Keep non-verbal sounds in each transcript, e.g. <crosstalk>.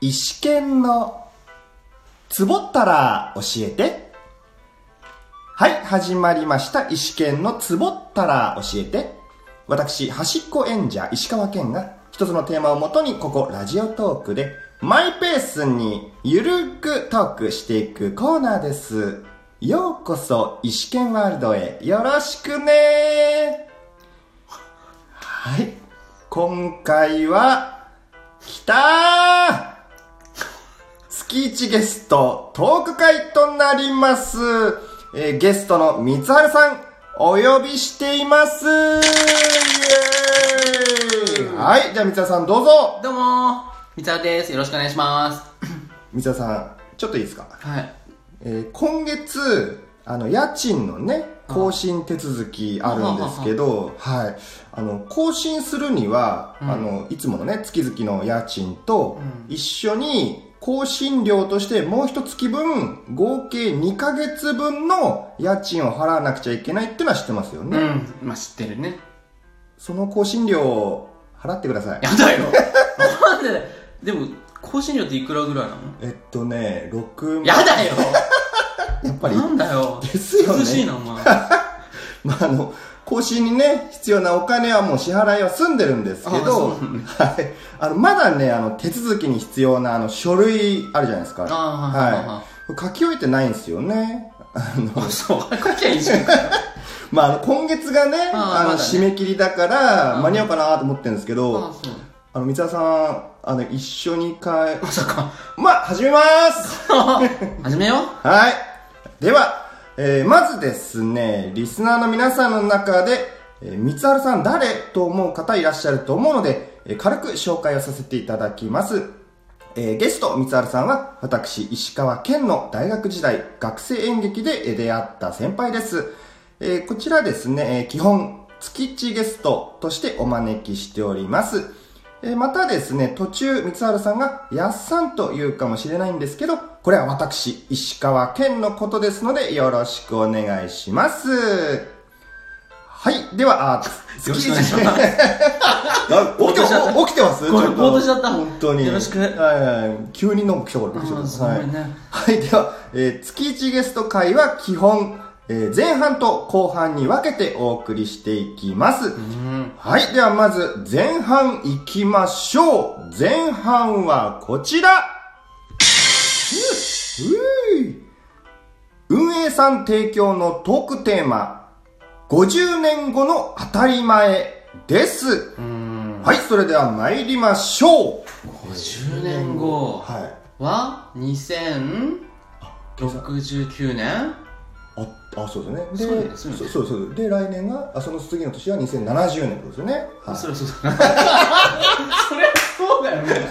石剣のつぼったら教えて。はい、始まりました。石剣のつぼったら教えて。私、端っこ演者、石川県が一つのテーマをもとに、ここ、ラジオトークで、マイペースにゆるくトークしていくコーナーです。ようこそ、石剣ワールドへよろしくねはい、今回は、来たー月1ゲストトーク会となります。えーゲストの三春さん、お呼びしています。イエーイはい、じゃあ三春さんどうぞ。どうもー、みつはるです。よろしくお願いします。三春さん、ちょっといいですか。はい。えー今月、あの、家賃のね、更新手続きあるんですけど、はい。あの、更新するには、うんあの、いつものね、月々の家賃とう、一緒に、更新料としてもう一月分、合計2ヶ月分の家賃を払わなくちゃいけないってのは知ってますようね。ん。まあ、知ってるね。その更新料を払ってください。やだよ。 <laughs> なんでだよでも、更新料っていくらぐらいなのえっとね、6万。やだよやっぱりな、んだよ。ですよね涼しいな、おま前。あ、あの、更新にね、必要なお金はもう支払いは済んでるんですけあど、そうなんはい。あの、まだね、あの、手続きに必要な、あの、書類あるじゃないですか。あはい。書き終えてないんですよね。あの、あ、そう。書きゃいいじゃん。まあ、あの今月がね、ああの、まだね締め切りだから、うん間に合うかなと思ってるんですけああ、ど、そう。あの、三沢さん、あの、一緒にかえ、まさか。 <laughs> まあ、始めます始めよう。はい。では、えーまずですね、リスナーの皆さんの中で、えー、三春さん誰と思う方いらっしゃると思うので、えー軽く紹介をさせていただきます。えーゲスト、三春さんは、私、石川県の大学時代、学生演劇でえー出会った先輩です。えーこちらですね、えー基本、月一ゲストとしてお招きしております。えーまたですね、途中、三春さんが、やっさんと言うかもしれないんですけど、これは私、石川県のことですので、よろしくお願いします。はい。では、あ、月よろしくお願いします。あ起きて <laughs> お起きてますごめんちょっとぼーっとしちゃった本当に。よろしくはいはい。急に飲む来たこれ。ああ、すごいはいね。はい、では、えー月1ゲスト会は基本、えー前半と後半に分けてお送りしていきます。うん。はい、ではまず前半行きましょう。前半はこちら。ううい運営さん提供のトークテーマ、50年後の当たり前です。うん。はい、それでは参りましょう。 50年後はい。は、2069あ、年あ、そうですそうね。だで、ねそそううだねそうそう。で、来年が、あ、その次の年は2070年ってことですよね。はい。そりゃそう <laughs> だそりゃそうだよね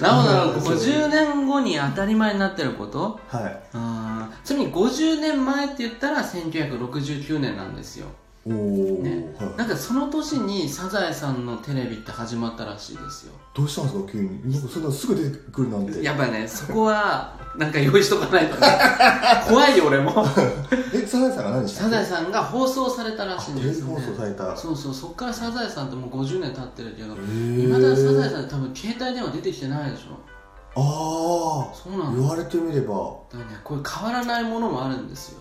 なるほどなるほど50年後に当たり前になってることはい。あーちなみに50年前って言ったら1969年なんですよ、おー、ねは。ないんかその年にサザエさんのテレビって始まったらしいですよどうしたんですか、急に。なんかそんなすぐ出てくるなんて。やっぱねそこはなんか用意しとかない <laughs> とね怖いよ俺 <laughs> もえ、サザエさんが何でしたサザエさんが放送されたらしいんテでレすビよ、ね、放送された。そうそうそっからサザエさんってもう50年経ってるけどへいまだサザエー。さんって多分携帯電話出てきてないでしょあそうなー。の言われてみれば。だからねこれ変わらないものもあるんですよ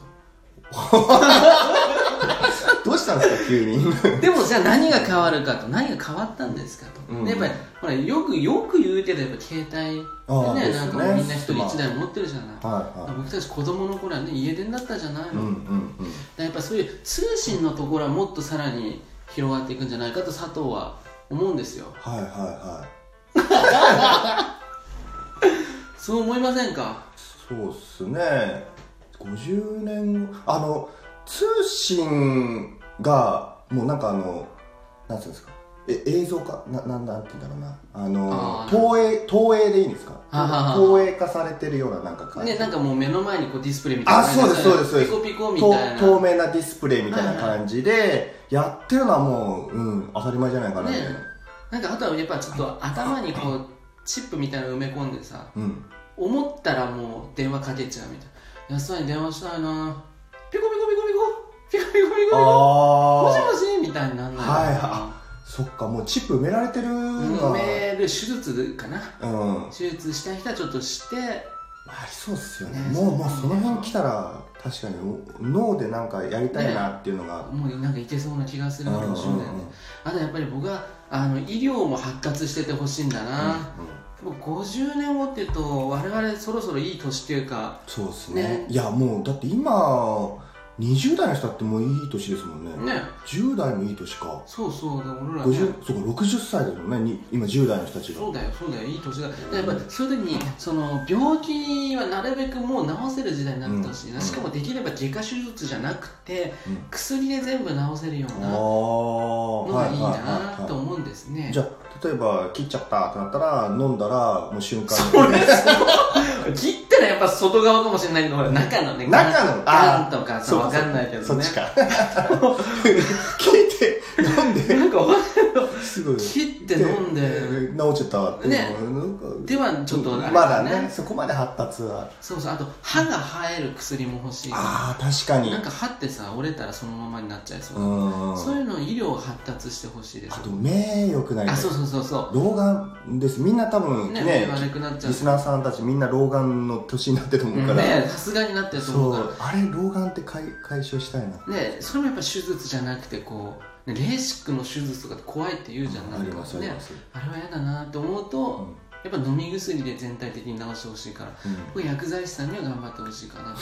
どうしたんですか、急に。 <laughs> でもじゃあ何が変わるかと何が変わったんですかと、うんでやっぱりほらよくよく言うけどやっぱ携帯ああでねですねなんかもうみんな一人まあ一台持ってるじゃない、はいは僕たち子供の頃はね家電だったじゃないい。うの、んうだかんうん。らやっぱそういう通信のところはもっとさらに広がっていくんじゃないかと佐藤は思うんですよはいはいはい。 <laughs> そう思いませんかそうっすね50年後あの通信がもうなんかあのなんていうんですかえ映像化ななんなんて言うんだろうなあのあー投影投影でいいんですかははは投影化されてるようななんか感じ、ねなんかもう目の前にこうディスプレイみたいなあそうですそうですそうですピコピコとみたいな透明なディスプレイみたいな感じでやってるのはもう、うん、当たり前じゃないかなみたいな、ねなんかあとはやっぱちょっと頭にこうチップみたいなの埋め込んでさうん思ったらもう電話かけちゃうみたいな安さんに電話したいなピコピコピコピコピコピコピコピコあもしあもしみたいになんないはいはそそっかもうチップ埋められてる埋がめる手術かなうんあ手術したい人はちょっとしてりそうっすよねねもうもうそそうの辺来たら確かにお脳でなんかやりたいなっていうのが、もうなんかいけそうな気がすうるんかうんうんもしれないねあとやっぱり僕はあの医療も発達しててほしいんだな、うんうんでも50年後っていうと我々そろそろいい年っていうかそうですねねいやもうだって今20代の人だってもういい年ですもんねね10代もいい年かそうそうだから俺らね50そうか60歳だよねに今10代の人たちがそうだよそうだよいい年だやっぱりそういう時にその病気はなるべくもう治せる時代になってほしいな、うんしかもできれば外科手術じゃなくて、うん薬で全部治せるようあなのあはがいいはなとは思うんですね、じゃあ例えば切っちゃったってなったら飲んだらもう瞬間それそう切ったらやっぱ外側かもしれないけどほら中のね中のガあンーとかさそうわかんないけどねそっちか <laughs> 聞いて飲んでなんかわかんないすぐ切って飲んでえー治っちゃったってねなんかではちょっとあれまだねだねそこまで発達はそうそうあと歯が生える薬も欲しいああ確かになんか歯ってさ折れたらそのままになっちゃいそう、うんそういうの医療発達してほしいですあと目良くなりあたいそうそうそうそ老眼ですみんな多う分ねね目悪くなっちゃうリスナーさんたちみんな老眼の年になってると思うから、ねさすがになってるとそ思うかうあれ老眼って解解消したいならねそれもやっぱ手術じゃなくてこう、ね、レーシックの手術とかって怖いって言うじゃんなあんりかますありねます、あれは嫌だなって思うと、うんやっぱ飲み薬で全体的に治してほしいからこれ薬剤師さんには頑張ってほしい <laughs> かな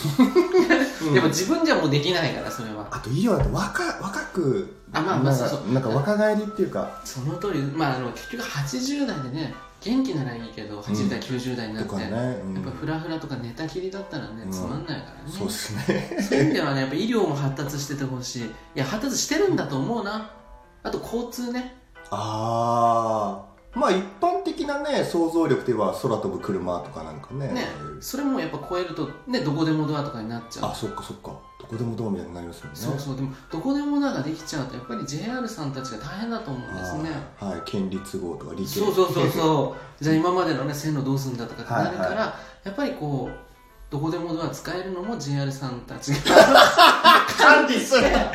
うんでも自分じゃもうできないからそれはあと医療だと若若くあまあまあなんかそうそうなんか若返りっていうかその通りまああの結局80代でね元気ならいいけど80代、90代になっとて、かね、うんやっぱフラフラとか寝たきりだったらね、うんつまんないからねそうですねそういう意味ではねやっぱ医療も発達しててほしいいや発達してるんだと思うなあと交通ねああまあ一般的なね想像力といえば空飛ぶ車とかなんかねねそれもやっぱ超えるとねどこでもドアとかになっちゃうあそっかそっかどこでもドアみたいになりますもんねそうそうでもどこでもドアができちゃうとやっぱり JR さんたちが大変だと思うんですねあーはい県立号とか理系そうそうそうそうじゃあ今までのね線路どうすんだとかってなるから、はいやっぱりこうどこでもドア使えるのも JR さんたちが <laughs> 管理するあのやっ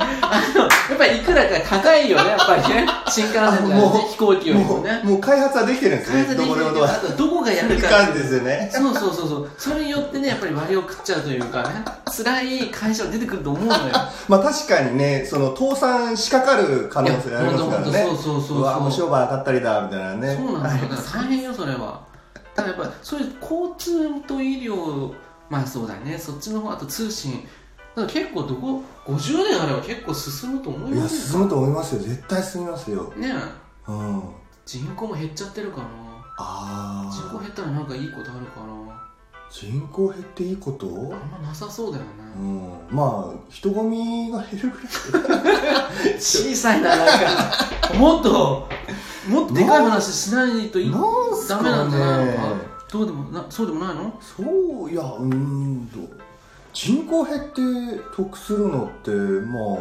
ぱりいくらか高いよねやっぱりね新幹線とか、ねあもう、飛行機よりももうねもう開発はできてるんです開ね発どできこるでもドけどあアとどこがやるいかかんですよねそうそうそうそうそれによってねやっぱり割を食っちゃうというかね辛い会社が出てくると思うのよまあ確かにねその倒産しかかる可能性ありますからいねやほんとほんとそうそうそうそうわもう商売当たったりだみたいなねそうなんですよだから大変よそれはだからやっぱそういう交通と医療まあそうだねそっちの方あと通信だから結構どこ50年あれば結構進むと思いいまやす進むと思いますよ絶対進みますよねうん人口も減っちゃってるかなあ人口あ減ったらなんかいいことあるかな人口減っていいことうあんまなさそうだよね、んまあ人混みが減るぐらい小さいななんか <laughs> もっともっとでかい話しないといなんすダかメねなんじゃないのかどうでもなそうでもないのそういやうーんと人口減って得するのってまあ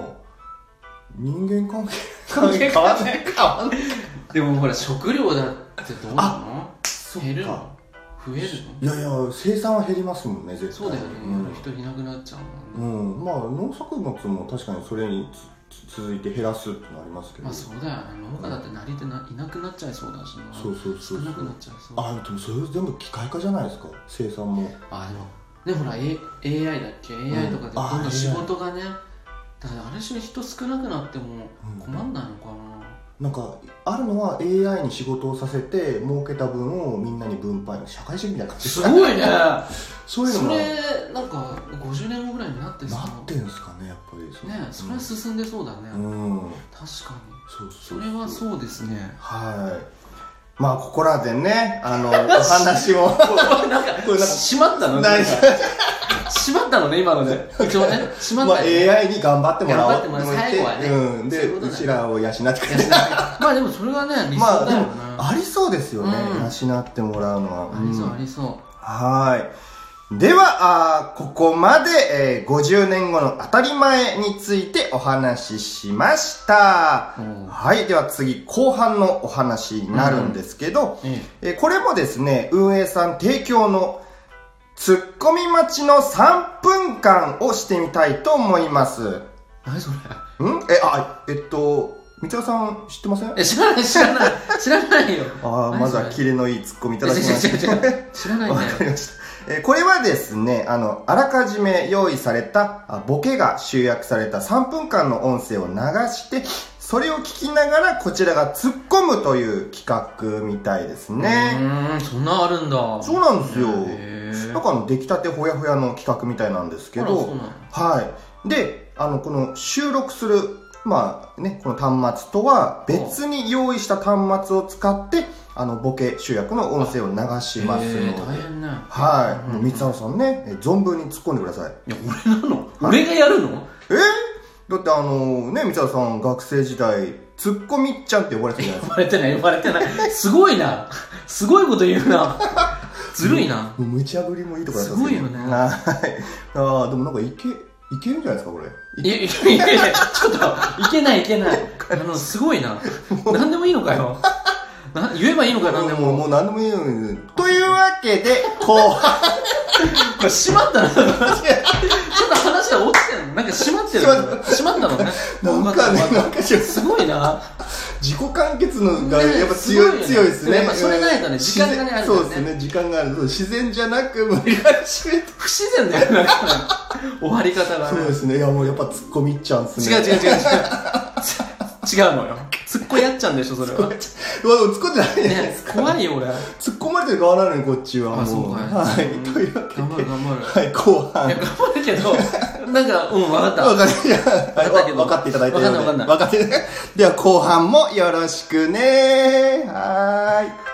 人間関係関係変わんない変わんないでもほら食料だってどうなその減るっのか増えるいやいや生産は減りますもんね絶対のそうだよね、うん人いなくなっちゃうもんうね、ん、まあ農作物も確かにそれにつつ続いて減らすってのありますけど、まあそうだよね農家だってなり手ないなくなっちゃいそうだしなそうそうそう少そなくなうっちゃいそうああでもそれ全部機械化じゃないですか生産もあでもねほら、A、AI だっけ AI とかであどんど AI ん仕事がねだからある種人少なくなってもうん困んないのかな、なんかあるのは AI に仕事をさせて儲けた分をみんなに分配社会主義みたいな感じ <laughs> すごいね <laughs> そういうのそもれなんか50年後ぐらいになってなさってんすかねやっぱりそのねそれは進んでそうだね、うん、うん、確かにそうそそうれはそうですねはいまあここらでねあ <laughs> のお話もなんかこれなんか閉まったのない閉まったのね今のね一応ね閉ままっあたよね AI に頑張ってもらおう頑張ってもらう最後はねうん、そうでいううことだねちらを養ってくれてまあでもそれがね理ま想あでだよもね、ありそうですよね、うん養ってもらうのは、ありそううんありそうはーいではあーここまで、えー50年後の当たり前についてお話ししました、うんはいでは次後半のお話になるんですけど、ええーこれもですね運営さん提供のツッコミ待ちの3分間をしてみたいと思いますえ何それ <laughs> んえ、あ、えっと、三沢さん知ってませんえ知らない知らない知らないよああ、何まずそはれキレのいいツッコミい違たうだきま違うし違た。わう知らないんだよかりました。えーこれはですね、あの、あらかじめ用意されたあボケが集約された3分間の音声を流して、それを聞きながらこちらが突っ込むという企画みたいですうね。ーんそんなあるんだそうなんですよ。へーなんかあの出来たてほやほやの企画みたいなんですけあらそうど、なのはい。で、あの、この収録する、まあね、この端末とは別に用意した端末を使って、あの、ボケ集約の音声を流しますのへーで。大変ねはい。もう、うん三沢さんね、え存分に突っ込んでください。いや俺なの俺がやるのえだってあのね、三沢さん、学生時代、ツッコミっちゃんって呼ばれてたじゃないですか。呼ばれてない呼ばれてないすごいなすごいこと言うなずるいなもう無茶ぶりもいいとこだったんすごいよねはい。ああ、でもなんかいけ、いけるんじゃないですか、これ。いやいやいやいやちょっといけないいけないあのすごいな何でもいいのかよな言えばいいのか何でもう、ももう何でもいいのに。というわけで、後半これ閉まったなちょっと話が落ちてんのなんか閉まってる閉ま閉まったのねなんかね、なんかしらすごいな <laughs> 自己完結のがやっぱ強い、ね強いですね。やっぱそれないとねうん時間がねあるからねそうですね、時間がある。そう自然じゃなく、 <laughs> 無理やり締めて。不自然だよなんか終わり方がそうねですね、いやもうやっぱツッコミっちゃうんです違うね。違う違う違う違うのよ突っ込やっちゃうんでしょそれはね <laughs> うわ、でも突っ込んでないじゃないですか。怖いよ俺突っ込まれてる側なのにこっちはもう。あそうかいはい。うんというわけ頑張る頑張るで、はい、後半。いや頑張るけどなんかうん分かったわかりかったけど分かっていただいたようで。わかんない分かって。では後半もよろしくね。はーい。